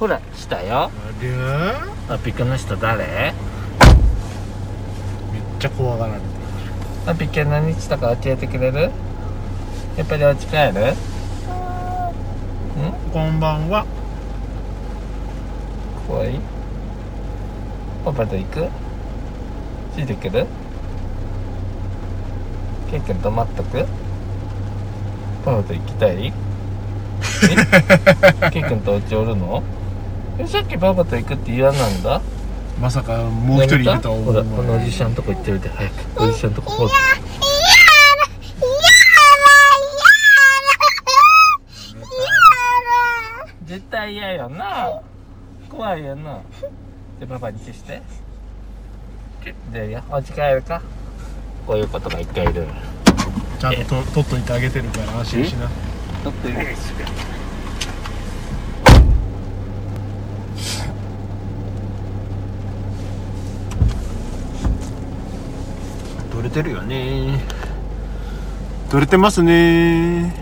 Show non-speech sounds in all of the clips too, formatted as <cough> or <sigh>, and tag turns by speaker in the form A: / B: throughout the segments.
A: ほらした
B: あ
A: よ
B: れゃ
A: あピケの人誰
B: めっちゃ怖がられて
A: あピケ何日とか教えてくれるやっぱりお家帰る
B: るこんばんは
A: 怖いパパと行くついてくるケイ君泊まっとくパパと行きた
B: <laughs>
A: いえケイ君とお家おるのえさっきパパと行くって嫌なんだ
B: まさかもう一人いるとは思
A: ほ
B: う
A: らこのおじちゃんとこ行ってみて早くおじちゃんとこほら絶対嫌よな怖いよなじゃあパパにキスしてじゃあいいよお家帰るかこういうことが一回いる
B: ちゃんとと取っといてあげてるから安心しな
A: ちょっといいです
B: 取れてるよね取れてますね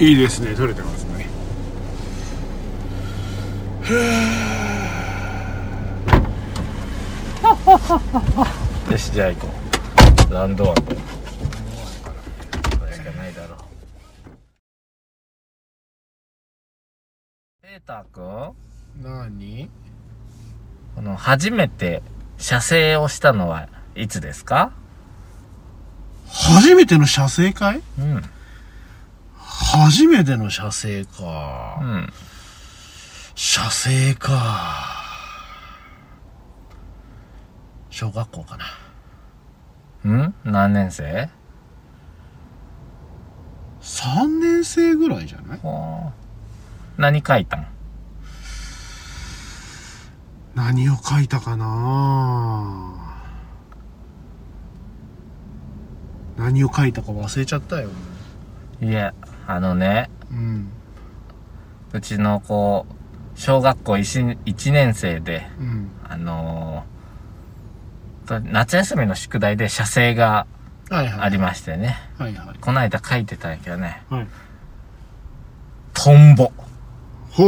B: いいですね取れてますね
A: よしじゃあ行こうランドワンだよこれしかないだろうペーター君
B: 何
A: この初めて射精をしたのはいつですか
B: 初めての射精会
A: うん
B: 初めての射精か、
A: うん
B: 射精か小学校かな
A: うん何年生
B: 3年生ぐらいじゃない
A: ほう何書いたん
B: 何を書いたかな何を書いたか忘れちゃったよ
A: いやあのね
B: うん
A: うちの子小学校 1, 一年生で
B: うん
A: あのーと夏休みの宿題で写生が
B: はいはい
A: ありましてね、
B: はいはい
A: こないだ書いてたんやけどね
B: はい
A: トンボ
B: ほ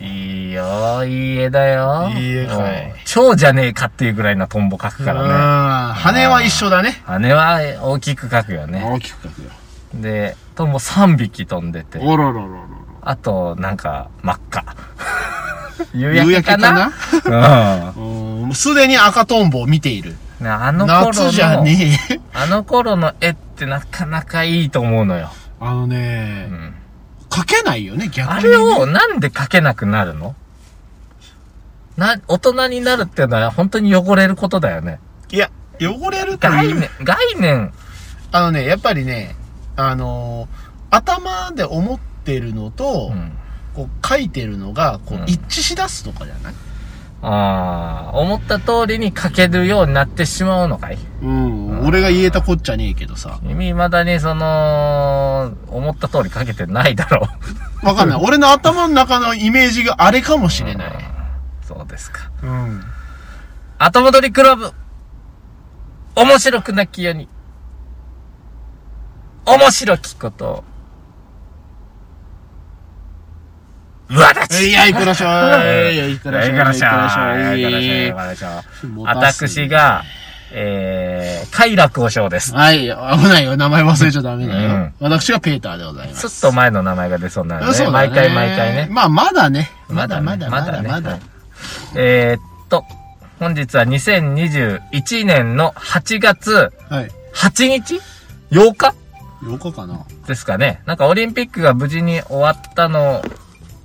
A: いいよいい絵だよ
B: いい絵かい
A: もう蝶じゃねえかっていうぐらいのトンボ描
B: う
A: くからね
B: あー羽は一緒だね
A: 羽は大きく描くよね
B: 大きく書くよ
A: でトンボ3匹飛んでて
B: おろろろろ
A: あと、なんか、真っ
B: <laughs>
A: 赤。夕
B: ろ夕
A: 焼け
B: 焼け
A: かな
B: か
A: うん
B: なうんすでに赤とんぼを見ている
A: ね。あの頃
B: 夏じゃ
A: の、
B: ねえ
A: あの頃の絵ってなかなかいいと思うのよ。
B: あのね、
A: うん
B: 書けないよね逆に
A: あ
B: ね
A: れをなんで描けなくなるのな、大人になるっていうのは本当に汚れることだよね。
B: いや汚れるとい
A: 概
B: う
A: 念、概念、
B: あのね、やっぱりね、あのー頭で思ってるのと、
A: うん。
B: こう書いてるのが、こう
A: うん
B: 一致しだすとかじゃない
A: ああ、思った通りに描けるようになってしまうのかい
B: うん、俺が言えたこっちゃねえけどさ。
A: 君、未だにその、思った通り描けてないだろ
B: わかんない。俺の頭の中のイメージがあれかもしれない。
A: う。そうですか。
B: うん。
A: 後戻りクラブ、面白くなきように、面白きことを、私
B: いや、いくらしょーい。いやいくらしょーい。い
A: いく
B: く
A: ら
B: ら
A: し
B: し
A: ょ
B: ょ
A: い
B: ー
A: い
B: い
A: くらしょい
B: 持たす
A: 私。が、えー、快楽をしょうです。
B: はい、危ないよ。名前忘れちゃダメだよ。
A: うん
B: 私がペーターでございま
A: ち
B: す。
A: ょっと前の名前が出そうになるね。
B: そうだ
A: 毎回毎回ね。
B: まあ、まだね。まだ
A: ま
B: ま
A: だ
B: だま
A: ね
B: だ
A: ま
B: ま
A: だね
B: だ。
A: えー、っと、本日は2021年の8月
B: はい。
A: 8日 ?8 日
B: 8日かな。
A: ですかね。なんかオリンピックが無事に終わったの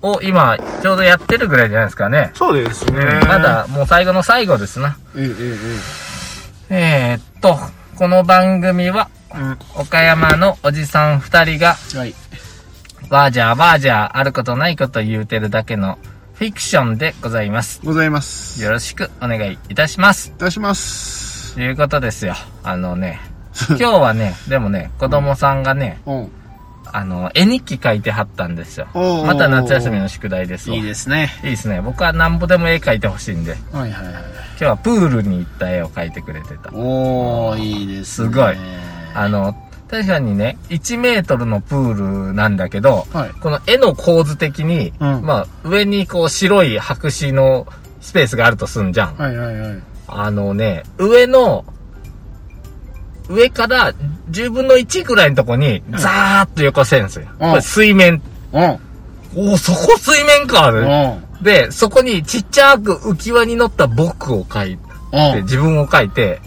A: を今ちょうどやってるぐらいじゃないですかね。
B: そうですね
A: ま。だもう最後の最後ですな。
B: えええ
A: えー、っと、この番組は
B: ええ
A: 岡山のおじさん二人が
B: え。はい。
A: バージャーバージャーあることないこと言うてるだけのフィクションでございます。
B: ございます。
A: よろしくお願いいたします。
B: いたします。
A: ということですよ。あのね、今日はね、でもね、子供さんがね、
B: うん。
A: あの、絵日記書いてはったんですよ。
B: おー
A: また夏休みの宿題ですわ。
B: ですね。
A: いいですね。僕はなんぼでも絵描いてほしいんで、
B: はいはいはい。
A: 今日はプールに行った絵を描いてくれてた。
B: おー、いいですす、
A: ごいあの、確かにね、1メートルのプールなんだけど、
B: はい
A: この絵の構図的に、
B: うん
A: まあ、上にこう白い白紙のスペースがあるとすんじゃん。
B: はいはいはい
A: あのね、上の、上から10分の1ぐらいのとこに、ザーッと横線ですよ。
B: うん
A: これ水面。
B: うん
A: おお、そこ水面かあ
B: う
A: る、
B: ん
A: で、そこにちっちゃく浮き輪に乗った僕を描いて、
B: うん
A: 自分を描いて、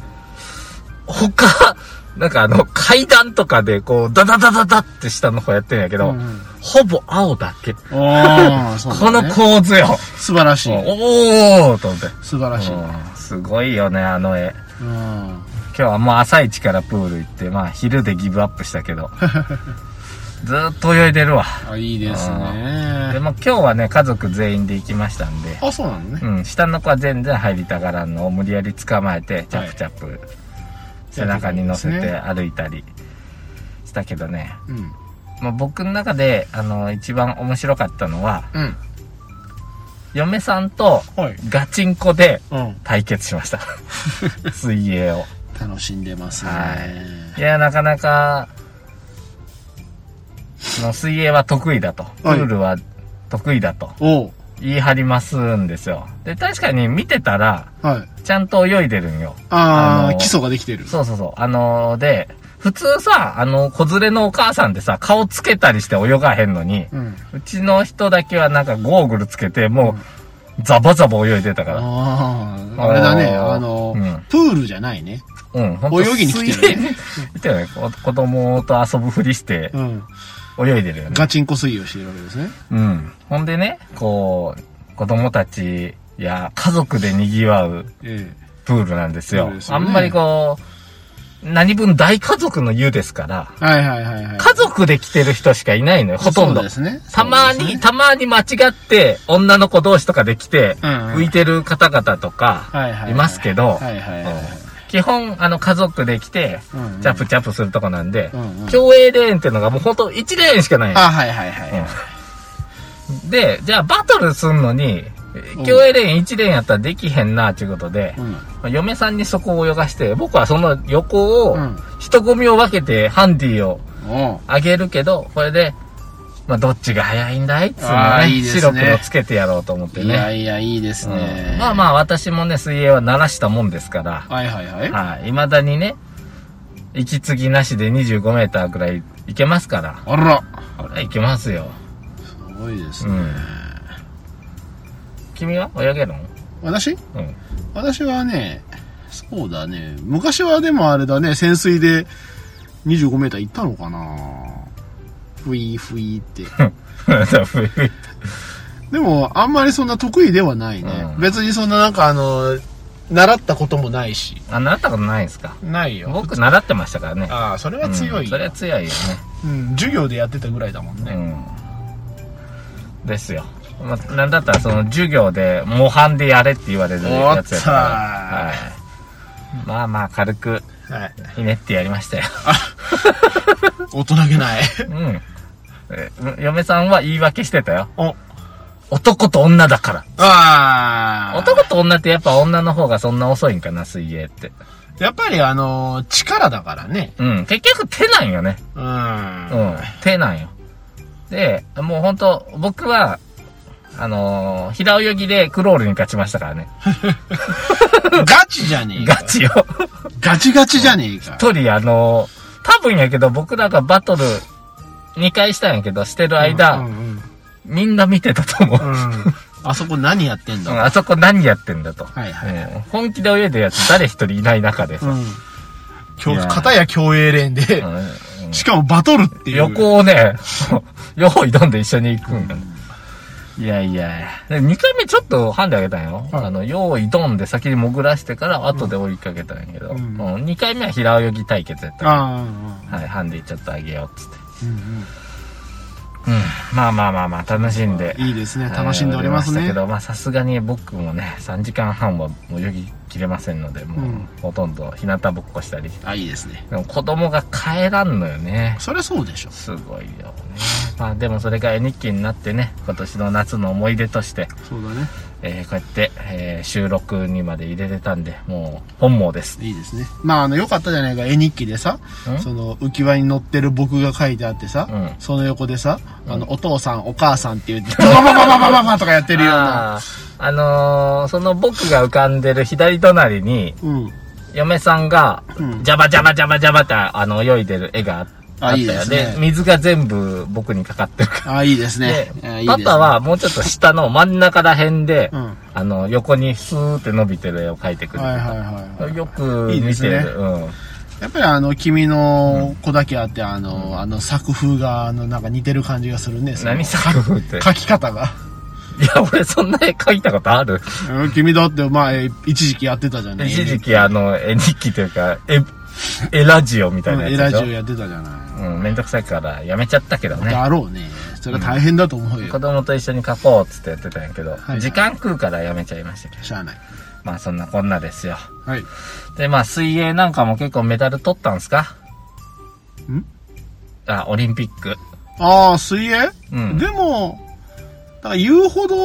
A: 他、なんかあの、階段とかでこう、ダダダダダって下の方やってんやけど、
B: うん
A: ほぼ青だけ。
B: ああ、そう
A: こ
B: だ
A: の
B: ね。
A: 構図よ。
B: 素晴らしい。
A: おおーと思って。
B: 素晴らしい。
A: うんすごいよね、あの絵。
B: うん。
A: 今日はもう朝一からプール行って、まあ昼でギブアップしたけど。
B: <laughs>
A: ずーっと泳いでるわ。
B: あ、いいです
A: で
B: ね。
A: も今日はね、家族全員で行きましたんで。
B: あ、そうなのね。
A: うん、下の子は全然入りたがらんのを無理やり捕まえて、チャプチャプ、背中に乗せて歩いたりしたけどね。
B: うん。
A: まあ、僕の中で、あの、一番面白かったのは、
B: うん。
A: 嫁さんと
B: はい。
A: ガチンコで
B: うん。
A: 対決し
B: <laughs>
A: ました。水泳を。
B: 楽しんでますね。
A: いや、なかなか、その水泳は得意だと。プ
B: はい
A: ールは得意だと
B: おう。
A: 言い張りますんですよ。で、確かに見てたら、
B: はい。
A: ちゃんと泳いでるんよ。
B: あ
A: あ
B: あ
A: のー
B: 基礎ができてる。
A: そうそうそう。あので、普通さ、あの、子連れのお母さんってさ、顔つけたりして泳がへんのに、
B: うん。
A: うちの人だけはなんかゴーグルつけて、もう、ザバザバ泳いでたから。
B: ああ、あれだね。
A: あー
B: あのー
A: うん
B: プールじゃないね。
A: うん、ほんと
B: 泳ぎに来てる
A: <laughs>
B: ね。
A: 水泳に来てるね。こ子供と遊ぶふりして
B: うん。
A: 泳いでるよね。
B: ガチンコ水泳をしてるわけですね。
A: うん。ほんでね、こう、子供たちや家族で賑わう
B: え
A: プールなんですよ。
B: そうです
A: あ
B: よね
A: んまりこう、何分大家族の湯ですから、
B: え。はいはいはいはい。
A: 家族で来てる人しかいないのよ、ほとん
B: そ
A: ど。
B: うですね。
A: たま
B: そう
A: に、
B: ですね
A: たまに間違って、女の子同士とかで来て、
B: うんうん
A: 浮いてる方々とか、
B: はいはいはい。
A: いますけど
B: はいはいはいはい。
A: 基本、あの、家族で来て、
B: うんうん
A: チャプチャプするとこなんで
B: うんうん、
A: 競泳レーンっていうのがもうほんと1レーンしかないの
B: あ、はいはいはいはい。
A: で、じゃあバトルすんのに、
B: うん
A: 競泳レーン1レーンやったらできへんな、ちゅうことで、
B: うん。
A: 嫁さんにそこを泳がして、僕はその横を
B: うん、
A: 人混みを分けてハンディを
B: おう。
A: あげるけど、これで、まあ、どっちが早いんだいっつうの
B: あ
A: を
B: ー
A: ね
B: いいですね
A: 白黒つけてやろうと思って
B: いや
A: ね。
B: いや、いいですね
A: う。んまあまあ、私もね、水泳は慣らしたもんですから、
B: はいはいはい。
A: はい、未だにね、息継ぎなしで25メーターくらい行けますから、
B: あら、
A: これはいけますよ。
B: すごいです
A: う
B: ね。
A: ん君は泳げるの
B: 私 <laughs>
A: うん。 <laughs>
B: 私はね、そうだね。昔はでもあれだね、潜水で25メーター行ったのかなふいふいっ
A: <laughs>
B: て。でも、あんまりそんな得意ではないね。
A: うん
B: 別にそんななんかあの、習ったこともないし。
A: あ、習ったことないですか
B: ないよ。
A: 僕習ってましたからね。
B: ああ、それは強
A: うん
B: い
A: そ
B: よ、
A: れは強いよ
B: うん。授業でやってたぐらいだもんね。
A: ね。うん。ですよ。まあ、なんだったらその授業で模範でやれって言われるやつやから。
B: おっ
A: はい。まあまあ軽く
B: はい。
A: ひねってやりましたよ。
B: 大人げ
A: <laughs>
B: ない。
A: うん。え嫁さんは言い訳してたよ。
B: お、
A: 男と女だから。
B: ああ。
A: 男と女ってやっぱ女の方がそんな遅いんかな、水泳って。
B: やっぱりあのー力だからね。
A: うん。結局手なんよね。
B: うん。
A: うん、手なんよ。で、もうほんと、僕は、あのー平泳ぎでクロールに勝ちましたからね。
B: ガチじゃねえ
A: ガ
B: か。
A: チよ。
B: ガチガチじゃねえか。
A: 一人、あのー多分やけど僕らがバトル2回したんやけど、してる間、
B: うんうん
A: みんな見てたと思う。
B: うんあそこ何やってん
A: うん
B: だ
A: あそこ何やってんだと。
B: はいはいは
A: うん本気で泳いでるやつ誰一人いない中でさ。
B: ん。今
A: いや
B: 日、片や競泳連で
A: う、ん
B: しかもバトルっていう。
A: 横をね、 <laughs> 用意どんで一緒に行くんだ、ねいやいや、で2回目ちょっとハンデあげたんよ。
B: はい
A: あの、用意どんで先に潜らしてから後で追いかけたんやけど、
B: うん
A: 2回目は平泳ぎ対決やったか
B: あ
A: ら、はい、ハンデちょっとあげようっつって。
B: あ、うん
A: うん、まあまあまあまあ、楽しんで
B: うん。。いいですね。楽しんでおります
A: はい泳ぎましたけ
B: ね。
A: ど、まあさすがに僕もね、3時間半は泳ぎきれませんので、もう、
B: うん
A: ほとんど日向ぼっこしたり。
B: あ、いいですね。
A: でも子供が帰らんのよね。
B: そりゃそうでしょ。
A: すごいよね。まあでもそれが絵日記になってね、今年の夏の思い出として、
B: そうだね。
A: えーこうやって、えー収録にまで入れれたんで、もう本望です。
B: いいですね。まあ、あの、よかったじゃないか、絵日記でさ
A: うん、
B: その、浮き輪に乗ってる僕が書いてあってさ、
A: うん
B: その横でさ、あの、お父さん、お母さんって言って、ババババババババとかやってるような。
A: あーあのーその僕が浮かんでる左隣に、
B: うん。
A: 嫁さんが
B: うん、
A: ジャバジャバジャバジャバって、あの、泳いでる絵がああ
B: あ
A: った
B: いいで
A: よ
B: すね
A: ね。水が全部僕にかかってるから。
B: ああ、いいですねあ
A: で。
B: ーいいですね
A: パパ、はもうちょっと下の真ん中ら辺で、
B: うん。
A: あの、横にスーって伸びてる絵を描いてくる。
B: はいはいはいはい。
A: よく見てる。
B: いいですね
A: うん。
B: やっぱりあの、君の子だけあって、あの、あの作風が、あの、なんか似てる感じがするね。その
A: 何作風って。
B: 書き方が。
A: いや、俺そんな絵描いたことある
B: うん君だって、まあ、え一時期やってたじゃない。
A: 一時期あの、絵日記というか、絵、絵ラジオみた
B: う
A: い
B: ん
A: な
B: エ
A: や
B: ラ
A: つで
B: ジオ
A: しょ。
B: やってたじゃな
A: うん、めんどくさいからやめちゃったけど
B: い。
A: ね。
B: だろうね。それは大変だと思うよ
A: 子。供と一緒に描こうっつってやってたんやけど、
B: いはい
A: 時間食うからやめちゃいましたけど。
B: しゃあない。
A: まあそんなこんなですよ。
B: はい。
A: で、まあ水泳なんかも結構メダル取ったんすか
B: ん
A: あ、オリンピック。
B: ああ、水泳、
A: うん
B: でも、なんか言うほど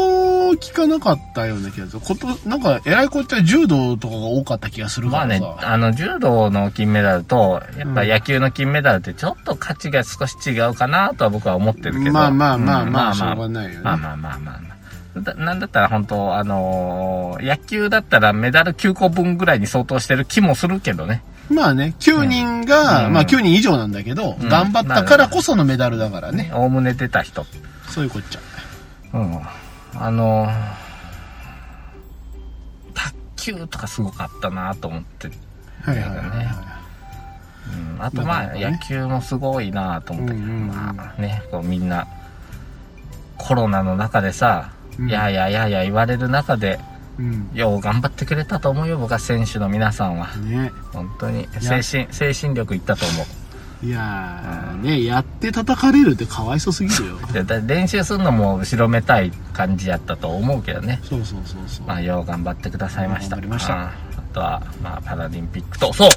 B: 聞かなかったような気がする。こと、なんか、えらいこっちゃ柔道とかが多かった気がする
A: ま
B: か
A: あ
B: ら
A: ね
B: さ。、
A: あの、柔道の金メダルと、やっぱ野球の金メダルってちょっと価値が少し違うかなとは僕は思ってるけど。
B: まあまあまあ
A: うん
B: まあ、しょうがないよね。
A: まあまあまあまあまあ。だなんだったら本当、あのー野球だったらメダル9個分ぐらいに相当してる気もするけどね。
B: まあね、9人が、
A: うん
B: まあ9人以上なんだけど、
A: うん
B: 頑張ったからこそのメダルだからね。
A: おおむね出た人。
B: そういうこっちゃ。
A: うん。あのー卓球とかすごかったなと思って。
B: はいはいはいはい。
A: うん。あとまあ、
B: なるほどね
A: 野球もすごいなと思ったけど、
B: うんうんうん
A: まあね、こうみんな、コロナの中でさ、
B: うん
A: いやいやいやいや言われる中で、
B: うん。
A: よう頑張ってくれたと思うよ、僕は選手の皆さんは。
B: ね。
A: 本当に精
B: や
A: 神精神力いったと思う
B: いやー、ね、やって叩かれるってかわいそうすぎるよ。
A: でだ練習するのも後ろめたい感じやったと思うけどね
B: そうそうそうそう。
A: まあよう頑張ってくださいました
B: 頑張りました
A: うんあとは、まあ、パラリンピックとそう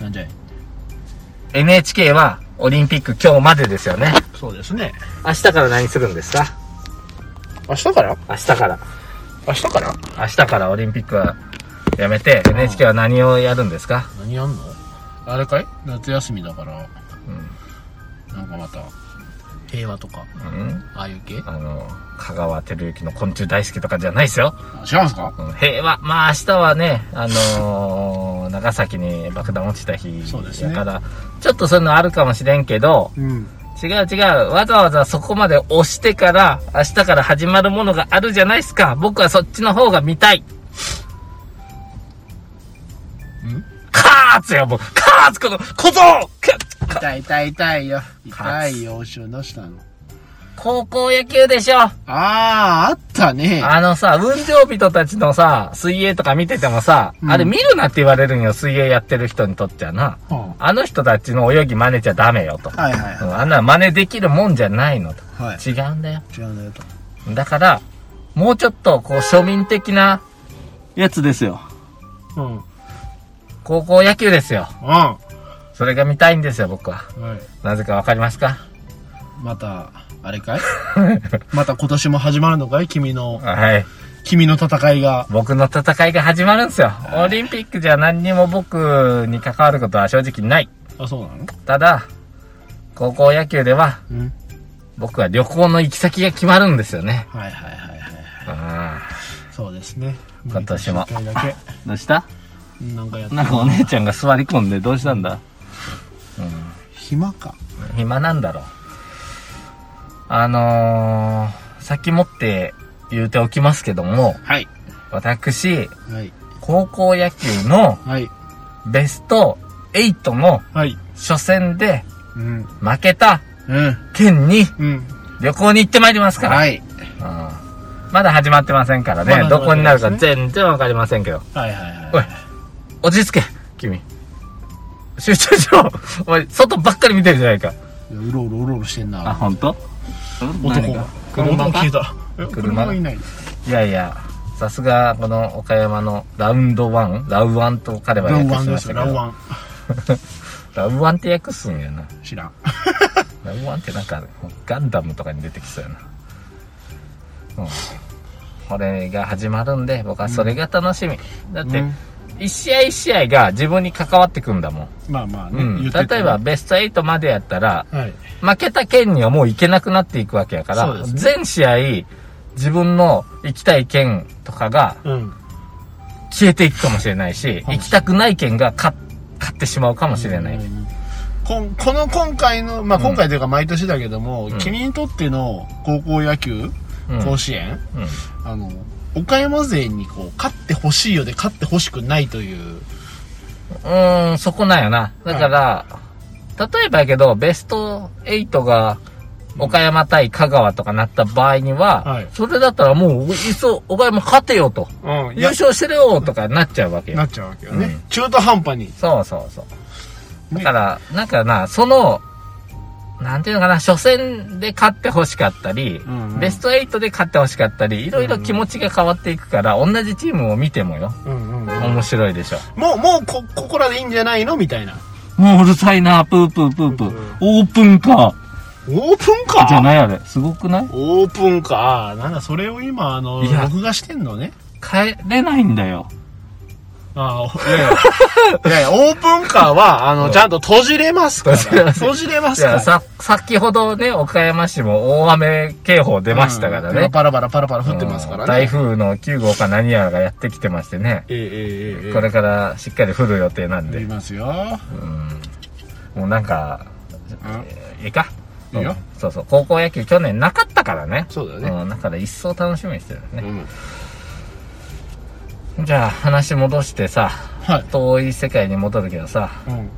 B: なんじゃい。
A: NHK はオリンピック今日までですよね
B: そうですね。
A: 明日から何するんですか
B: 明日から
A: 明日から
B: 明日から
A: 明日からオリンピックはやめて NHK は何をやるんですか
B: 何やんのあれかい夏休みだから、
A: うん、
B: なんかまた、平和とか、
A: うん、
B: ああいう系違うん
A: あの香川照之の昆虫大好きとかじゃないですよ
B: すか
A: うん平和まあ明日はねあのー長崎に爆弾落ちた日
B: そうですね
A: だから、ちょっとそういうのあるかもしれんけど
B: うん。
A: 違う違うわざわざそこまで押してから明日から始まるものがあるじゃないですか僕はそっちの方が見たいカーツよ僕カーツこのことか
B: 痛い痛い痛いよ。痛いよ、おしを出したの。
A: 高校野球でしょ
B: あー、あったね。
A: あのさ、運動人たちのさ、水泳とか見ててもさ、
B: うん
A: あれ見るなって言われるんよ、水泳やってる人にとってはな。
B: は
A: あの人たちの泳ぎ真似ちゃダメよと。
B: あはいはい
A: うんあんな真似できるもんじゃないのと。
B: はい。
A: 違うんだよ。
B: 違うんだよと。
A: だから、もうちょっと、こう、庶民的なやつですよ。
B: うん。うん。
A: 高校野球ですよ。
B: は
A: それが見たいんですよ、僕は。
B: い。
A: なぜかわかりますか
B: また、あれ <laughs> かいまた今年も始まるのかい君の、
A: はい。
B: 君の戦いが。
A: 僕の戦いが始まるんですよ。オリンピックじゃ何にも僕に関わることは正直ない。
B: あ、そうなの
A: ただ、高校野球では、
B: うん。
A: 僕は旅行の行き先が決まるんですよね。
B: はいはいはいはい。
A: うん。
B: そうですね。
A: 今年も
B: 一回だけ。
A: どうした
B: なんかやって
A: なんかお姉ちゃんが座り込んでどうしたんだ
B: 暇か。
A: 暇なんだろう。あのー、先もって言うておきますけども、
B: はい。
A: 私、
B: はい。
A: 高校野球の
B: はい。
A: ベスト8の
B: はい。
A: 初戦で
B: うん。
A: 負けた
B: うん。
A: 県に
B: うん。
A: 旅行に行ってまいりますから。
B: はい。
A: うんまだ始まってませんからね。
B: まだ始まって
A: どこになるか
B: ないで
A: 全然わかりませんけど。
B: はいはい
A: お
B: はい
A: い。、落ち着け、君。集中しろ。お前、外ばっかり見てるじゃないか。
B: うろうろうろうろしてんな。
A: 本当？
B: 男が。
A: 車
B: 男
A: か
B: 消えた。え
A: 車
B: 車がいない。
A: いやいや、さすが、この岡山のラウンドワンラウワンと彼は
B: ラウ
A: 訳
B: ワン
A: しま
B: で
A: し
B: すよ、ラ
A: たけ
B: ウ
A: ど。
B: ワン。
A: ラウワンって訳すんやな。
B: 知らん。
A: ラウワンってなんか、ガンダムとかに出てきそうやな。うん。これが始まるんで、僕はそれが楽しみ。だって、
B: うん
A: 一試合一試合が自分に関わってくんだもん。
B: まあまあね、
A: うん。
B: 言ってた
A: 例えば、ベスト8までやったら、
B: はい。
A: 負けた県にはもう行けなくなっていくわけやか
B: そう
A: ら、
B: ですね
A: 全試合、自分の行きたい県とかが
B: うん。
A: 消えていくかもしれないし、
B: はい
A: 行きたくない県が勝勝ってしまうかもしれない。
B: うんこんこの今回の、まあ、
A: うん
B: 今回というか毎年だけども、
A: うん
B: 君にとっての高校野球、
A: うん
B: 甲子園、
A: うん
B: あの、岡山勢にこう、勝ってほしいようで勝ってほしくないという、
A: うーん、そこなんよな。だから、例えばやけど、ベスト8が、岡山対香川とかなった場合には、
B: はい
A: それだったらもう、いっそ、岡山勝てよと、
B: うん、
A: 優勝してよとかなっちゃうわけ
B: な
A: よ。
B: っちゃうわけよね。
A: うん
B: 中途半端に。
A: そうそうそう。だ
B: ね
A: から、なんかな、その、なんていうのかな、初戦で勝ってほしかったり、
B: うんうん
A: ベスト8で勝ってほしかったり、いろいろ気持ちが変わっていくから、同じチームを見てもよ、
B: うんうんうん
A: 面白いでしょ。
B: もう、もうこ、ここらでいいんじゃないのみたいな。
A: もううるさいな、プープープープー。オープンか。
B: オープン
A: じゃ
B: か
A: ないあれ。すごくない
B: オープンか。なんだ、それを今、あの、
A: いや
B: 録画してんのね。
A: 帰れないんだよ。
B: ああ、いやいや。 <laughs> いやいや、オープンカーは、あの、ちゃんと閉じれますか
A: 閉じれ
B: ら。
A: ます
B: 閉じれま
A: い
B: すか
A: や、
B: ら。
A: さ、先ほどね、岡山市も大雨警報出ましたから
B: うん
A: ね。
B: パラパラパラパラ降ってますから
A: うん
B: ね。
A: 台風の9号か何やらがやってきてましてね。
B: ええええええ。
A: これからしっかり降る予定なん
B: あり
A: で。
B: ますよ。う
A: もうなんか、
B: ん
A: いいか
B: いいよ
A: うんそうそう。高校野球去年なかったからね。
B: そうだよね。
A: うん、だから一層楽しみにしてる
B: う
A: ね。
B: ん。
A: じゃあ話戻してさ、
B: はい。
A: 遠い世界に戻るけどさ、
B: うん。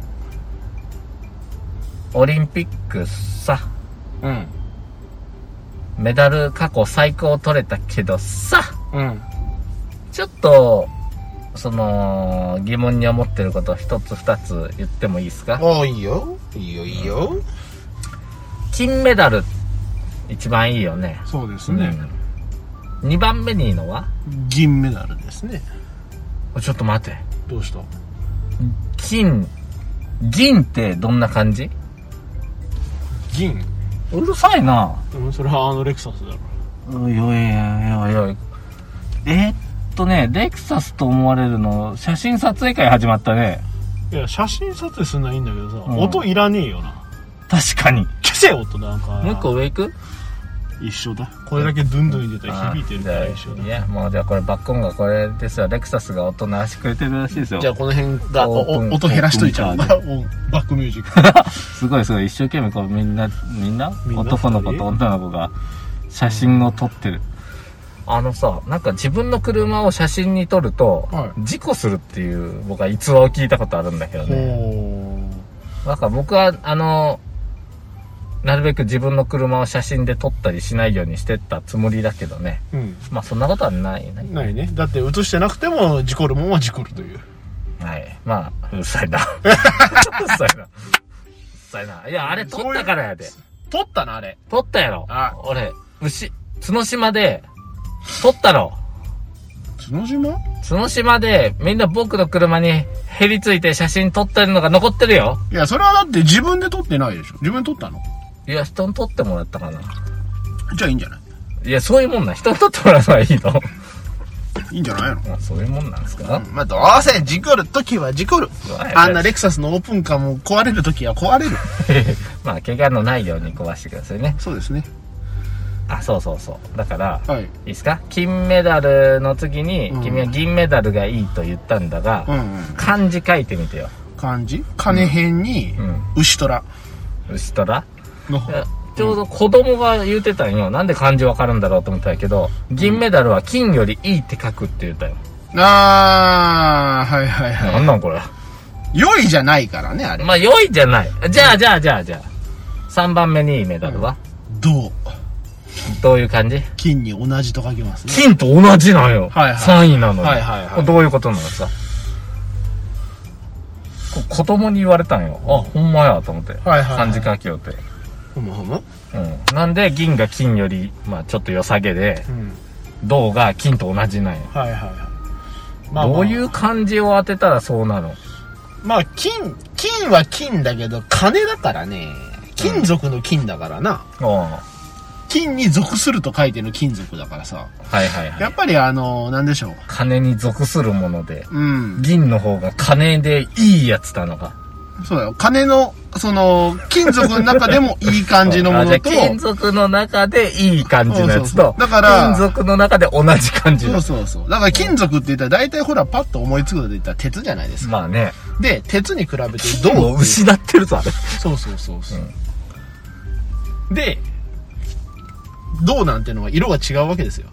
A: オリンピックさ、
B: うん。
A: メダル過去最高取れたけどさ、
B: うん。
A: ちょっと、その、疑問に思ってることを一つ二つ言ってもいいですか
B: ああ、いいよ。いいよ、いいよ。
A: 金メダル、一番いいよね。
B: そうですね。
A: うん。二番目にいいのは
B: 銀メダルですね。
A: ちょっと待て。
B: どうした
A: 金、銀ってどんな感じ
B: 銀
A: うるさいな。
B: うん、それはあのレクサスだろ。
A: おいおいおいおいおい。えーっとね、レクサスと思われるの、写真撮影会始まったね。
C: いや、写真撮影すんのはいいんだけどさ、
A: ん
C: 音いらねえよな。
A: 確かに。
C: 消せよ、音なんか。
A: もう一個上行く
C: 一緒だ。これだけドゥンドゥン言ってたら響いてるから一緒
A: い
C: だ。
A: やもうじゃあこれバッコンがこれですよレクサスが音鳴らしてくれてるらしいですよ
B: じゃあこの辺が、お
A: オープン
B: お音減らしといちゃう。
A: オー
B: バ <laughs> ック
A: プ
B: ミュージック。
A: すごいすごい一生懸命こうみんなみんな
C: みんな
A: 男の子と女の子が写真を撮ってるあのさなんか自分の車を写真に撮ると、
B: は
A: 事故するっていう僕は逸話を聞いたことあるんだけど
B: お
A: ねなんか僕はあのなるべく自分の車を写真で撮ったりしないようにしてったつもりだけどね
B: ーうん。
A: まあそんなことはないね
B: ないね。だって映してなくても事故るもんは事故るという。
A: はい。まあ、うるさ
B: <laughs>
A: いな。うるさいな。うるさいな。いや、あれ撮ったからやで。
B: 撮ったな、あれ。
A: 撮ったやろ。
B: あ
A: 俺、牛、角島で、撮ったろ。
B: 角島
A: 角島で、みんな僕の車にへりついて写真撮ってるのが残ってるよ。
B: いや、それはだって自分で撮ってないでしょ。自分で撮ったの
A: いや、人に撮ってもらったかな。
B: じゃあいいんじゃない
A: いや、そういうもんなん。人に撮ってもらうのはいいの。 <laughs>
B: いいんじゃないの
A: まあ、そういうもんなんですか <laughs>
B: まあ、どうせ事故る時は事故る
A: はい。
B: あんなレクサスのオープンカーも壊れる時は壊れる。
A: まあ、怪我のないように壊してくださいね。
B: そうですね。
A: あ、そうそうそう。だから、
B: はい。
A: いいですか金メダルの次に、
B: うん
A: 君は銀メダルがいいと言ったんだが、
B: うんうん。
A: 漢字書いてみてよ。
B: 感じ金編に
A: うん、
B: 牛虎
A: 牛虎
B: の
A: いやちょうど子供が言うてたんよ。なんで漢字わかるんだろうと思ったんやけど、銀メダルは金よりいいって書くって言ったよ。
B: あー、はいはい
A: な
B: は
A: んなんこれ。
B: い。良いじゃないからね、あれ。
A: まあ、良いじゃない。じゃあ、じゃあ、じゃあ、じゃあ。3番目にいいメダルは、
B: 銅。
A: どういう感じ
B: 金に同じと書きますね。
A: 金と同じなんよ。
B: はいはい
A: 3位なのに。
B: はいはいはい
A: どういうことなのさ。こ子供に言われたんよ。あ、ほんまやと思って。
B: はいはいはい
A: 漢字書きよって。
B: ほむほむ
A: うん。なんで、銀が金より、まあちょっと良さげで、
B: うん。
A: 銅が金と同じなんよ。
B: はいはいはい。まあま
A: ど
B: あ
A: ういう漢字を当てたらそうなの
B: まあ、金、金は金だけど、金だからね。金属の金だからな。
A: ああ。
B: 金に属すると書いてる金属だからさ。
A: はいはいは
B: や
A: い。
B: っぱりあの、なんでしょ
A: 金に属するもので、
B: う。うん。
A: 銀の方が金でいいやつなのか。
B: そうだよ。金の、その、金属の中でもいい感じのも
A: あじゃ
B: の
A: <laughs> あ
B: と、
A: 金属の中でいい感じのやつ
B: そうそうそ
A: と
B: う、だから
A: 金属の中で同じ感じ
B: そ
A: の
B: う。そうそう。だから金属って言ったら大体ほらパッと思いつくので言ったら鉄じゃないですか。
A: まあね、
B: で、鉄に比べて銅
A: どうも失ってるぞ、あれ。
B: そうそうそうそう。で、銅なんてのは色が違うわけですよ。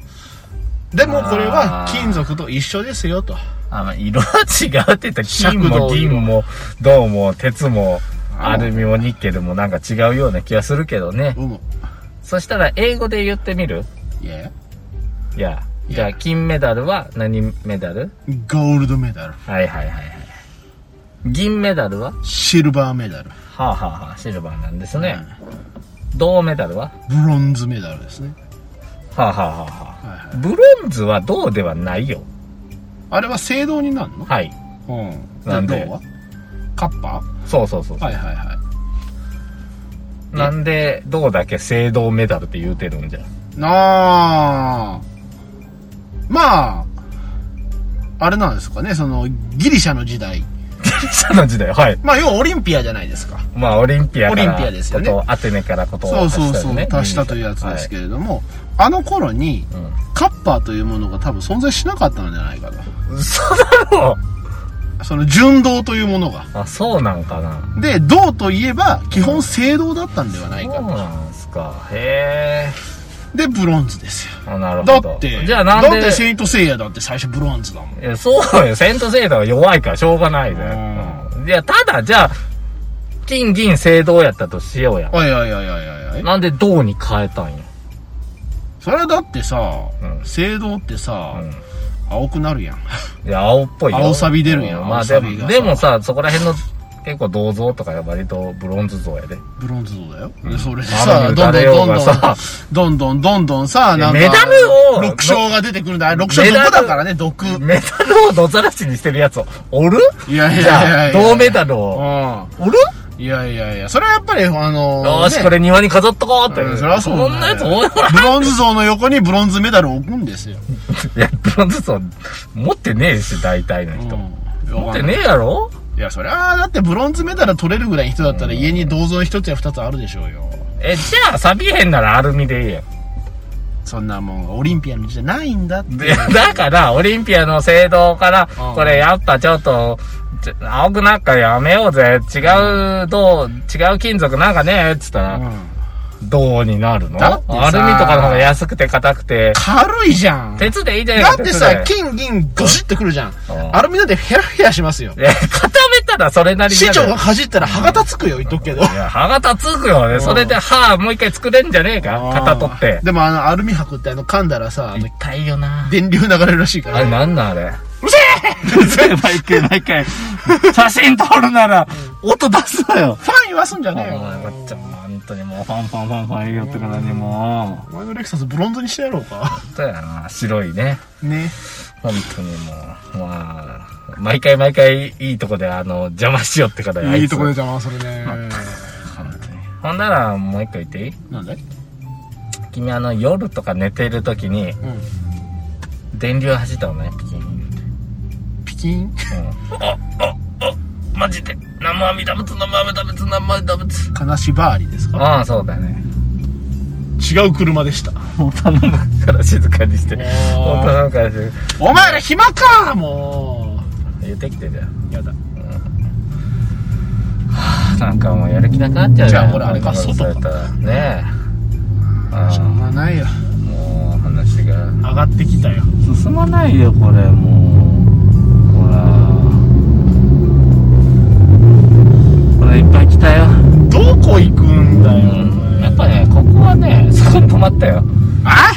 B: でもこれは金属と一緒ですよと。
A: あ、まあ、色は違うって言った
B: <laughs>
A: ら、金
B: 尺度
A: も
B: を
A: 銀も、銅も、鉄も、
B: あ
A: アルミもニッケルもなんか違うような気がするけどね。
B: うむ。
A: そしたら、英語で言ってみる
B: いや、
A: いや。じゃあ、金メダルは何メダル
B: ゴールドメダル、
A: はいはいはいはい。銀メダルは
B: シルバーメダル、
A: はあ、はあはあ、シルバーなんですね。銅メダルは
B: ブロンズメダルですね。
A: はあ、はあはあは
B: はいはい
A: あ、ブロンズは銅ではないよ。
B: あれは青銅になるの
A: はい。
B: うん。
A: なんで
B: 銅はカッパ
A: そうそうそう。
B: はいはいは
A: なんで銅だけ青銅メダルって言うてるんじゃん。 <laughs>
B: い。なあ。まあ、あれなんですかね、その、ギリシャの時代。
A: その時代、はい。
B: まあ、要はオリンピアじゃないですか。
A: まあ、オリンピアから。
B: オリンピアですよね
A: ことをアテネからことを
B: そう
A: 足した
B: そ
A: よ
B: うそう、
A: ね。
B: 足したというやつですけれども、あの頃に、
A: ど。はい
B: カッパーというものが多分存在しなかったのじゃないかと。
A: うん嘘だろ
B: その純銅というものが。
A: あ、そうなんかな。
B: で、銅といえば、基本青銅だったんではない
A: そう
B: かと。
A: なんすか。へ
B: で、ブロンズですよ。
A: え。あ、なる
B: だ
A: ほど。
B: って、
A: じゃあなん
B: だっ
A: で
B: て、セイントセイヤだって最初ブロンズだもん。
A: いや、そうよ。セントセイダは弱いからしょうがないで。
B: う
A: うんいや、ただ、じゃあ、金銀青銅やったとしようや。
B: おいおいおいおいおいおい。
A: なんで銅に変えたんや。
B: それはだってさ、
A: うん
B: 青銅ってさ、
A: うん
B: 青くなるやん。
A: いや、青っぽいよ。
B: 青錆び出るやん
A: うまあ
B: 青
A: で
B: 錆が
A: も、
B: さ
A: でもさ、そこら辺の結構銅像とか割とブロンズ像やで。
B: ブロンズ銅だよ。で、それで
A: まあ
B: さ、どんどん
A: 誰よ
B: ど
A: うんが
B: どん
A: さ、
B: どんどんどんどんさ、なんか、
A: メダルを
B: 6勝が出てくるんだ。あれ6勝
A: メダル
B: 毒だからね、毒。い
A: メダルをどざらしにしてるやつをおる
B: やい
A: じゃ
B: や
A: あ、
B: いやいや。
A: 銅メダルを。
B: う
A: おる
B: ん。いやいやいや、それはやっぱり、あの
A: よーし、これ庭に飾っとこうって。
B: うんそりゃそうだよ
A: んなやつおるわ。
B: ブロンズ像の横にブロンズメダルを置くんですよ。
A: いや、ブロンズ像持ってねえし、大体の人。
B: うん
A: 持ってねえやろ
B: いや、そりゃ、だってブロンズメダル取れるぐらいの人だったら家に銅像一つや二つあるでしょうよ。
A: え、じゃあ、錆びへんならアルミでいいやん。
B: そんなもん、オリンピアの道じゃないんだって。
A: で、だから、オリンピアの制度から
B: うん、
A: これやっぱちょっと、ちょ青くなんかやめようぜ。違う銅、違う金属なんかねえっつった
B: う
A: ら、
B: ん。
A: 銅になるの
B: だ
A: アル
B: って
A: ミと
B: さ
A: かの方が安くて硬くて、
B: 軽いじゃん。
A: 鉄でいいじゃない
B: だってさ、
A: 鉄で
B: 金銀ゴシッとくるじゃん
A: う。ん
B: アルミだってヘラヘラしますよ。
A: いや固めたらそれなりに
B: 市
A: なる。
B: 長がかじったら歯が立つくよ、言っとくけど。
A: いや、歯が立つくよね。それで歯もう一回作れんじゃねえか型取って。
B: でもあの、アルミ箔ってあの、噛んだらさ、あの
A: 痛いよな。
B: 電流流れるらしいか
A: あ
B: ら
A: れ
B: ね。
A: なんだあれ。うるせえ <laughs> うるせえ毎回毎回。写真撮るなら、音出すなよ。
B: ファン言わすんじゃ
A: も
B: ね
A: う、
B: えよ。
A: まっちゃん、本当にもう、ファンファンファンファン言いよってからね、も
B: お前のレクサスブロンズにしてやろうか
A: う。。本当やな、白い <laughs> ね。
B: ね。
A: 本当にもう、まあ、毎回毎回いいとこで、あの、邪魔しよってから、あ
B: い
A: つ
B: いとこで。邪魔するね。
A: 本当にほんなら、もう一個言っていい
B: なんで
A: 君あの、夜とか寝てる時に、
B: うん。
A: 電流走ったのね、ピキンって。
B: ピキン
A: うん。あ、あ、あ、マジで。生阿弥陀仏、生阿弥陀仏、生阿弥陀仏。
B: 金縛りですか
A: ああ、そうだね。
B: 違う車でした。
A: もう頼むから静かにして。も
B: おー
A: う頼むから静か
B: お前ら暇かも
A: に。言ってきてじゃん。
B: う。やだ。
A: なんかもうやる気なくなっちゃう
B: じゃあ
A: よ
B: ほらあれか
A: そう
B: 外か
A: やったらねえ。
B: しょう
A: あ
B: がないよ。
A: あ、もう話が。
B: 上がってきたよ。
A: 進まないよ、これ、もう。ほら。これいっぱい来たよ。
B: どこ行くんだよ。
A: やっぱね、ここはね、そこに止まったよ。
B: あ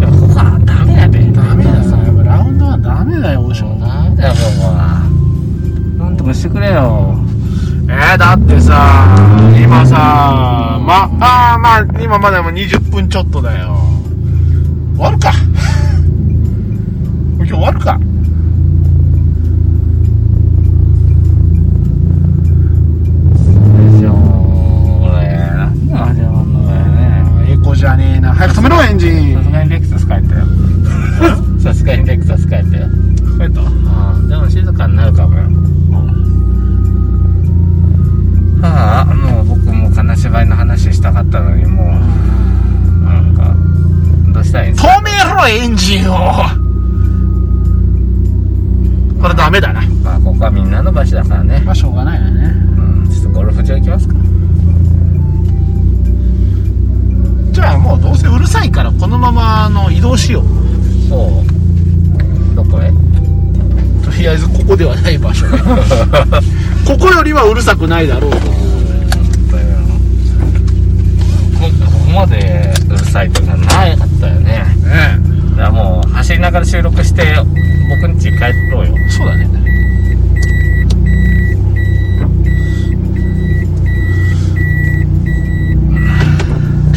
A: でもここはダメだべ。
B: ダメだ
A: そ
B: よ。やっぱラウンドはダメだよ、オーション。
A: ダメだよ、もう。なんとかしてくれよ。
B: えー、だってさ、今さ、ま、あーまあ、今まだもう20分ちょっとだよ。終わるか。 <laughs> 今日終わるか。
A: でしょこれなんで始まんのこれね
B: エコ
A: <laughs> はもう僕も金縛りの話したかったのにもうなんかどうしたらいいんですか
B: 止めろエンジンをこれダメだな
A: まあここはみんなの場所だからね
B: まあしょうがないよね
A: うんちょっとゴルフ場行きますか
B: じゃあもうどうせうるさいからこのままあの移動しよう
A: そうどこへ
B: とりあえずここではない場所 <laughs> ここよりはうるさくないだろうと
A: だよこここまでうるさいとかなかったよね
B: ね
A: だからもう走りながら収録して僕ん家帰ろうよ
B: そうだね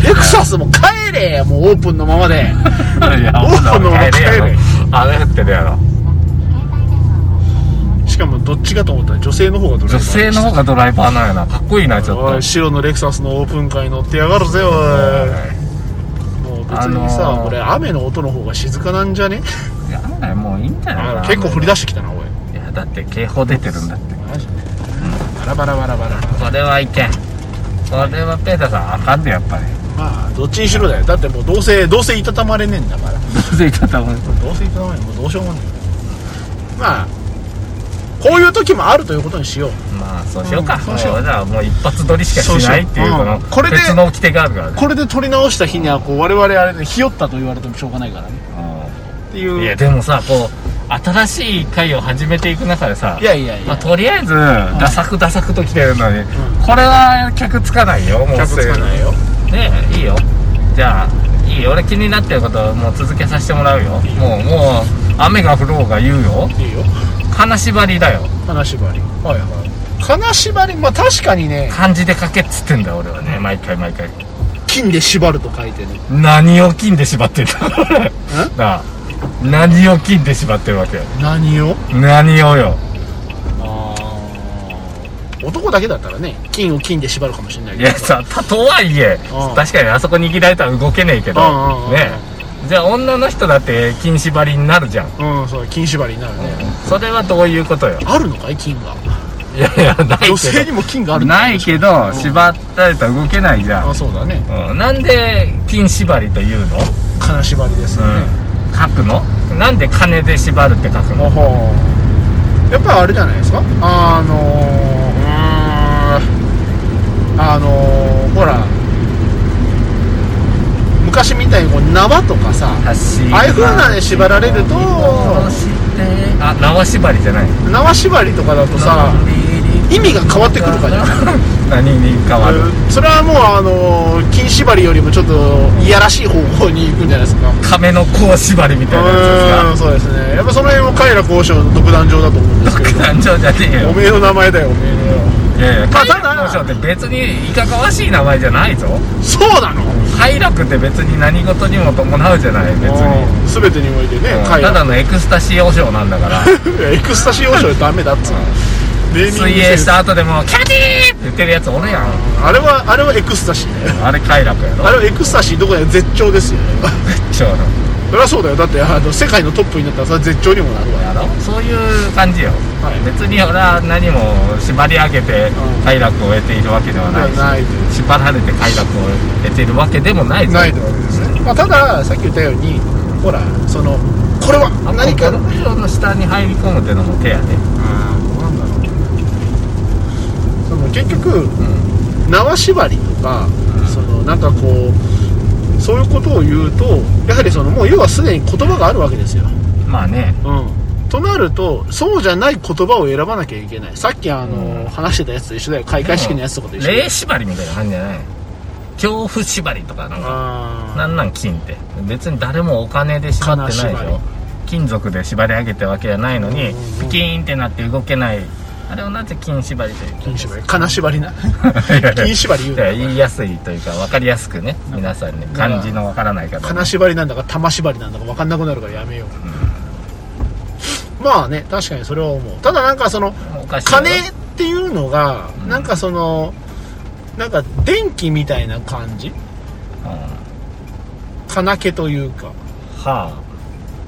B: レクサスも帰れもうオープンのままで
A: いや
B: おう
A: 帰
B: 帰
A: れ
B: れ
A: よ雨降ってるやろ
B: <laughs> しかもどっちかと思ったら女性の方がドライバー
A: 女性の方がドライバーなんやなかっこいいなちょっと
B: おい白のレクサスのオープンカーに乗ってやがるぜおいもう別にさ、
A: あのー
B: これ雨の音の方が静かなんじゃね
A: いや案外もういいんじゃないかな
B: 結構降り出してきたなおい
A: いやだって警報出てるんだって
B: マジでバラバラバラバラ
A: これはいけんこれはペーターさんあかんでやっぱり
B: まあどっちにしろだよだってもうどうせどうせいたたまれねえんだから
A: どうせいたたまれ
B: どうせいたたまれねえもうどうしようもねえまあこういう時もあるということにしよう
A: まあそうしようか、
B: うんそ
A: そうう
B: しよう
A: じゃあもう一発撮りしかしないっていう
B: そうしよう
A: こ
B: う
A: の
B: んこれで
A: 別の掟があるからね、
B: これで撮り直した日にはこう我々あれでひよったと言われてもしょうがないからねっていううん
A: いやでもさこう新しい回を始めていく中でさ
B: いやいやい
A: まあ、
B: や
A: とりあえず、ダサくダサくと来てるのに、
B: ん
A: これは客つかないよもう
B: 客つかないよ
A: ねいいよじゃあいいよ俺気になってることもう続けさせてもらうよ
B: いいよ
A: もうもう雨が降ろうが言うよ
B: いいよ
A: 金縛りだよ
B: 金縛りはいはい金縛りまあ確かにね
A: 漢字で書けっつってんだよ俺はね毎回毎回
B: 金で縛ると書いてね
A: 何を金で縛ってんだなあ何を金で縛ってるわけよ
B: 何を
A: 何をよ
B: あー男だけだったらね金を金で縛るかもしれない
A: い
B: けど
A: やさたとはいえ
B: うん
A: 確かにあそこ握られたら動けねえけど
B: うんうんうんうん
A: ねえじゃあ女の人だって金縛りになるじゃん
B: うんそう金縛りになるね、
A: それはどういうことよ
B: あるのかい金が
A: いやいやないけど
B: 女性にも金があるの
A: ないけど縛られたら動けないじゃん
B: あそうだね
A: うんなんで金縛りというの、
B: 金縛りですね、
A: 書くのなんで金で縛るって書く
B: お
A: の
B: ほうやっぱりあれじゃないですかあのうーんあのほら昔みたいにこう縄とかさああいう風なね縛られると
A: あ縄縛りじゃない
B: 縄縛りとかだとさ意味が変わってくるからじゃない
A: <laughs> 何に変わる
B: それはもうあの金縛りよりもちょっといやらしい方向に行くんじゃないですか
A: 亀の甲縛りみたいな
B: う
A: や
B: ーんそうですねやっぱその辺もカイラ交渉の独壇場だと思うんです
A: つ
B: け
A: ですか
B: ど
A: 団長じゃねえ
B: お
A: よ
B: めえの名前だよおめえのよ
A: いやいや
B: まあ
A: 快楽の章って別にいかがわしい名前じゃないぞ
B: そうなの
A: 快楽って別に何事にも伴うじゃない別に
B: に全てにおいてね
A: うん
B: カイラ
A: ただのエクスタシーお嬢なんだから
B: <laughs> エクスタシー王将ダメだっ
A: <laughs>
B: つうのネーミングセンス
A: 水泳した後でもキャディーって言ってるやつおるやん
B: あれはあれはエクスタシーだよ
A: あれ快楽やろ
B: あれはエクスタシーどころか絶頂ですよ <laughs>
A: ちょう
B: そりゃそうだよだってあの世界のトップになったらそれは絶頂にもなるわ
A: どやろそういう感じよ、
B: はい
A: 別に俺は何も縛り上げて
B: うん
A: 快楽を得ているわけではないし、
B: ない
A: 縛られて快楽を得ているわけでもないぞ
B: ないってわけですね、まあ、たださっき言ったようにほらそのこれは
A: あ
B: 何か
A: ゴルフ場の下に入り込むってのも手やね
B: あーなんだろうその結局縄縛りとかそのなんかこうそういうことを言うとやはりそのもう要はすでに言葉があるわけですよ、
A: まあね
B: うん、となるとそうじゃない言葉を選ばなきゃいけないさっきあの、話してたやつと一緒だよ開会式のやつとかと一緒だよ
A: 霊縛りみたいな感じじゃない恐怖縛りとかなんかな
B: あ
A: んなん金って別に誰もお金で縛ってないでし
B: 金縛り
A: ょ金属で縛り上げてるわけじゃないのに
B: うんうんうん
A: ピキーンってなって動けないあれをなぜ金縛りという
B: ー金縛り金縛りな
A: 金
B: <laughs>
A: <laughs>
B: 金縛り言うな
A: 言いやすいというか分かりやすくね皆さんね漢字の分からない方
B: 金縛りなんだか玉縛りなんだか分かんなくなるからやめよう、まあね確かにそれは思うただなんかその
A: おかしいよ
B: 金っていうのが、
A: うん
B: なんかそのなんか電気みたいな感じ
A: うんは
B: 金気というか
A: あ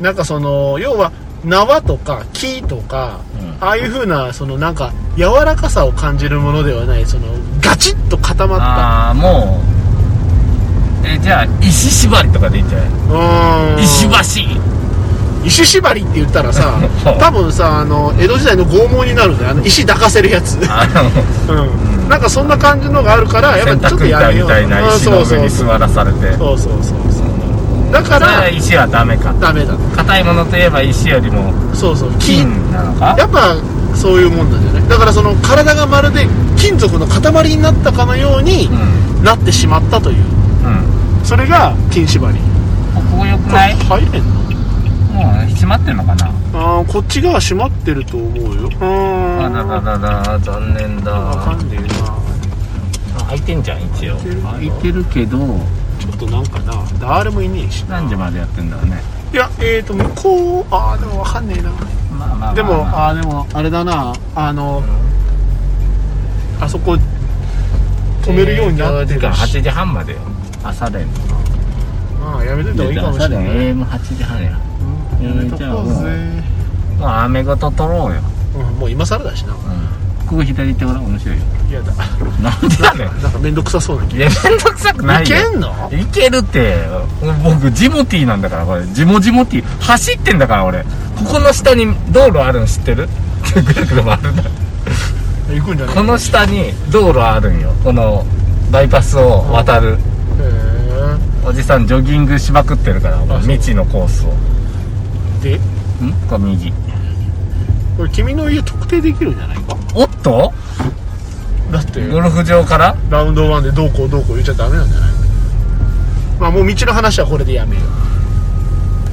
B: なんかその要は縄とか木とか、
A: うん
B: ああいう風なそのなんか柔らかさを感じるものではないそのガチッと固まった
A: ああもうえじゃあ石縛りとかでいいんじゃないう
B: ーん
A: 石橋
B: 石縛りって言ったらさ
A: <laughs> そう
B: 多分さあの江戸時代の拷問になるんだよあの石抱かせるやつ
A: <laughs> あの
B: うんなんかそんな感じのがあるからやっ
A: 洗
B: ぱちょっ
A: 濯
B: とや
A: 板
B: めよ
A: み
B: う
A: たいな石の上に
B: そう
A: 座らされて
B: そうそうそうそうそうだか
A: それは
B: ら
A: 石はダメか
B: ダメだ
A: 硬いものといえば石よりも
B: そうそう金
A: 金なのか
B: やっぱそういうもんなんじゃないだからその体がまるで金属の塊になったかのように
A: うん
B: なってしまったという
A: うん
B: それが金縛り
A: ここよく
B: これ
A: ない
B: 入れんの
A: もう閉まってんのかな
B: あーこっち側閉まってると思うようー
A: あ
B: ん
A: だだだだ残念だ
B: わかんねえな
A: あ開いてんじゃん一応
B: 開いてる
A: 開いてるけど
B: ちょっとなんかな誰もいねえし
A: 何時までやってんだろうね
B: いやえーと向こうあーでもわかんねえな
A: まあまあまあ
B: でも
A: まあ
B: あーでもあれだなあのあそこ止めるようになって
A: 営業時間
B: るし
A: 8時半までよ朝練
B: ああやめといた方がいいかもし
A: 朝
B: れない
A: 練 AM8 時半や
B: うんやめとこうぜ
A: もう雨ごと取ろうよ、
B: うんもう今更だしな
A: ここ左行ってごらん面白いよ
B: 嫌だ
A: なんでやねん
B: なんか面倒くさそうな気
A: いやめんどくさくない
B: い
A: よ
B: けんの
A: いけるって僕ジモティーなんだからこれジモジモティー走ってんだから俺ここの下に道路あるの知ってるぐるぐる回るんだ
B: 行くんじゃない
A: この下に道路あるんよこのバイパスを渡るおじさんジョギングしまくってるからもう
B: あそう
A: 未知のコースを
B: へえで
A: んこれ右
B: これ君の家特定できるんじゃないか
A: おっと
B: だって
A: ゴルフ場から
B: ラウンド1でどうこうどうこう言っちゃダメなんじゃないまあもう道の話はこれでやめよ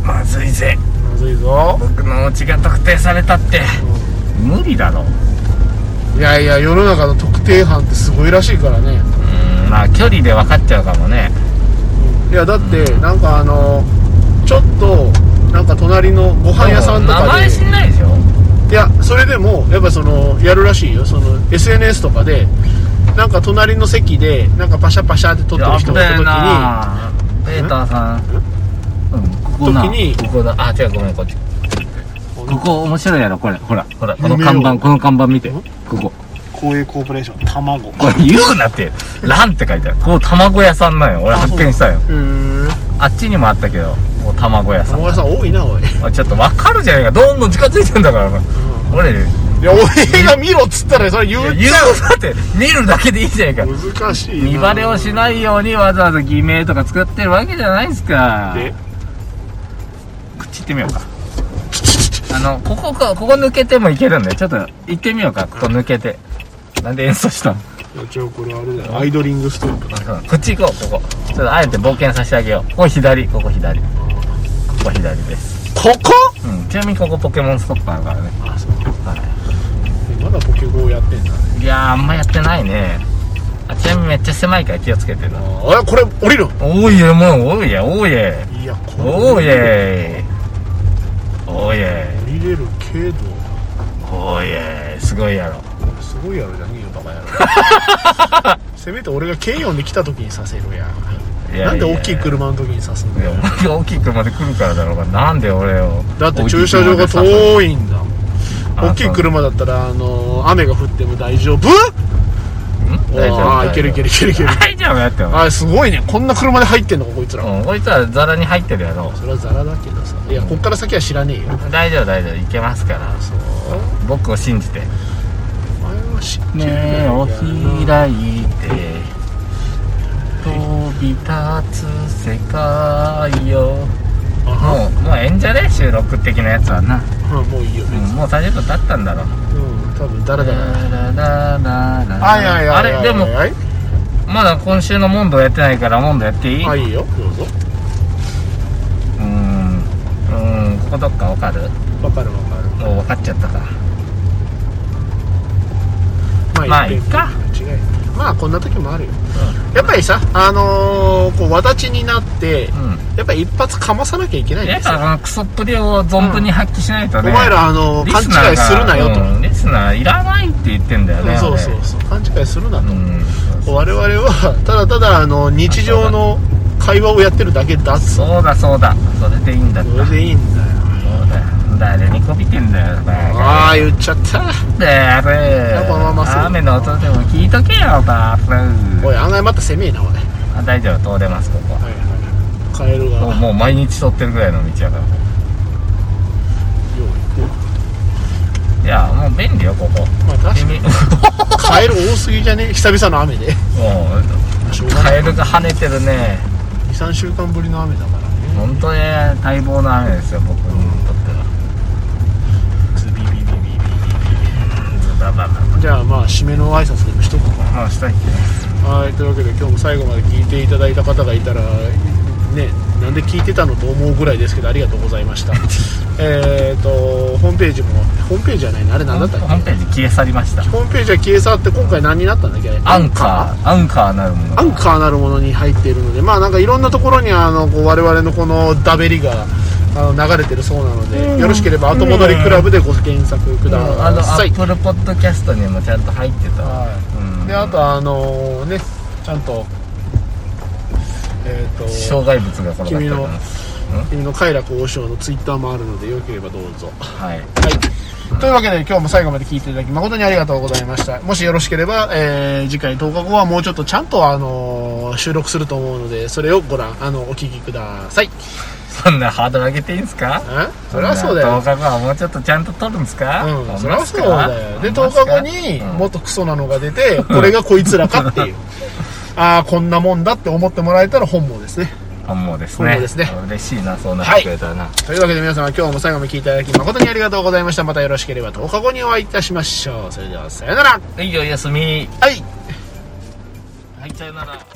B: う
A: まずいぜ
B: まずいぞ
A: 僕のお家が特定されたって無理だろ
B: いやいや世の中の特定班ってすごいらしいからね
A: うんまあ距離で分かっちゃうかもね
B: いやだってなんかあのちょっとなんか隣のご飯屋さんと
A: 名
B: かで
A: 前知んないでしょ
B: いやそれでもやっぱそのやるらしいよその SNS とかでなんか隣の席でなんかパシャパシャって撮ってる人がいた時に
A: やべえなペーターさんうんここな
B: 時に
A: ここだあ違うごめんこっちここ面白いやろこれほらほらこの
B: 夢
A: 看
B: を
A: 板この看板見て
B: ん
A: ここ
B: 公営コーポレーション卵へ
A: これ言うなって「ラン」って書いてあるここ卵屋さんなんよ俺
B: あ
A: 発見したよ
B: え
A: あっちにもあったけどここ卵屋さん
B: 卵屋さん多いなおい、
A: あちょっと分かるじゃないかどんどん近づいてんだから俺い
B: いや俺が見ろっつったらそれ言
A: や
B: う
A: 言うなって見るだけでいいじゃないか
B: 難しいな
A: 見バレをしないようにわざわざ偽名とか使ってるわけじゃないですか
B: で
A: 口行ってみようかあのここかここ抜けてもいけるんでちょっと行ってみようかここ抜けてなんで演奏したの
B: いやじゃあこれあれだよアイドリングストーリー
A: こっち行こうここちょっとあえて冒険させてあげようここ左ここ左ここ左です、
B: ここ
A: うん、ちなみにここポケモンストップあるからね
B: あそう
A: は
B: まだポケゴーやってんだね
A: いいやーあんまやってないねあちなみにめっちゃ狭いから気をつけてな
B: あこれ降りる
A: おいえもうおいえおいえ
B: いやこれ
A: おいえおいえ
B: 降りれるけど
A: おいえすごいやろ
B: すごいやろじゃねえよバカ野郎せめて俺が軽音で来た時にさせるや
A: いや
B: なんで
A: いや
B: 大きい車の時にさすん
A: い
B: だ
A: や
B: よ
A: お前が大きい車で来るからだろうがなんで俺を
B: だって駐車場が
A: い
B: 遠いんだもん
A: あ
B: 大きい車だったらあのー雨が降っても大丈夫お
A: 大丈夫
B: ーあーいけるいけるいけるいける
A: 大丈夫やってよ
B: あーすごいねこんな車で入ってんのかこいつら、
A: うんこいつはザラに入ってるやろ
B: それはザラだけどさいやこっから先は知らねえよ
A: 大丈夫大丈夫いけますから
B: そう
A: 僕を信じて
B: お前は知ってる
A: 目を開いて飛び立つ世界よ
B: あ
A: もうもうええんじゃね収録的なやつはな、
B: はもういいよ
A: う
B: 別
A: ん
B: に
A: もう30分経ったんだろ
B: うん多分ダラダ
A: ラ
B: ラ
A: ララララ
B: あいやいやいや
A: あれでも
B: はい
A: まだ今週の問答やってないから問答やっていい、
B: あいいよどうぞ
A: うーんうーんここどっかわかる
B: わかるわかる
A: もう分かっちゃったかま
B: ま
A: あ
B: あ
A: い
B: い
A: っ
B: っ
A: か
B: か違いまあこんな時もあるよ、やっぱりさあのーこうわだちになって、
A: う
B: やっぱり一発かまさなきゃいけないん
A: んやっ
B: です
A: ぱ
B: よ
A: このクソっぷりを存分に発揮しないと
B: お
A: ね、
B: 前らあのー
A: リ
B: 勘
A: スナーが
B: 違いするなよと、
A: うんリスナーいらないって言ってんだよね、
B: うん
A: 俺
B: そうそうそう勘違いするなと、
A: うん
B: 我々はただただあの日常の会話をやってるだけだっつ
A: そうだそうだそれでいいんだった
B: それでいいんだよ
A: そうだよ誰にこびてんだよ、バ
B: ああ言っちゃった
A: カ。だる
B: やっぱまあまあそう
A: 雨の音でも聞いとけよ、バカ。
B: おい案外また狭いなおいはい
A: あ大丈夫、通れます、ここは。
B: はいカエルが
A: もうもう毎日通ってるぐらいの道やから。
B: よう行
A: いや、もう便利よ、ここ。
B: くまあ確か
A: 君
B: に
A: も
B: カエル多すぎじゃね久々の雨で
A: う、
B: しょうが
A: カ
B: ない
A: エルが跳ねてるね。
B: 23週間ぶりの雨だからね
A: 本当ね、待望の雨ですよ、僕にとっては。
C: ズビビビビビビ
A: バババ
B: じゃあまあ締めの挨拶でもしとくか
A: もうしたいけ
B: はいというわけで今日も最後まで聞いていただいた方がいたらねなんで聞いてたのと思うぐらいですけどありがとうございま <laughs> したえっとホームページもホームページじゃないなあれ何だったっ
A: ホームページ消え去りました
B: け。ホームページは消え去って今回何になったんだっけあれ
A: アンカー、アンカーなるもの。
B: アンカーなるものに入っているので、まあ、なんかいろんなところにあのこう我々のこのダベリがあの流れてるそうなので、よろしければ後戻りクラブでご検索くだ
A: あの、ア
B: さい
A: ッ。プルポッドキャストにもちゃんと入ってたわ。
B: は
A: う
B: い
A: ん
B: であとあのねちゃんと,、えー、と
A: 障害物が転がって
B: 君
A: る
B: の
A: から
B: 君の快楽王将のツイッターもあるのでよければどうぞ。
A: はい
B: はい、というわけで今日も最後まで聞いていただき誠にありがとうございましたもしよろしければ、えー次回10日後はもうちょっとちゃんと、あのー収録すると思うのでそれをご覧あのお聞きください
A: そんなハードル上げていいんすか
B: あそりゃそうだ
A: 10
B: よ
A: 日後はもうちょっとちゃんと撮るんすか
B: うん、そりゃそうだよで10日後にもっとクソなのが出てこれがこいつらかっていうああこんなもんだって思ってもらえたら本望ですね
A: 本望です
B: 本
A: ね
B: 望ですね
A: 嬉しいなそうなってくれたらな、
B: というわけで皆様今日も最後まで聞いていただき誠にありがとうございましたまたよろしければ10日後にお会いいたしましょうそれではさよなら
A: はいおやすみ
B: はい
A: はいさよなら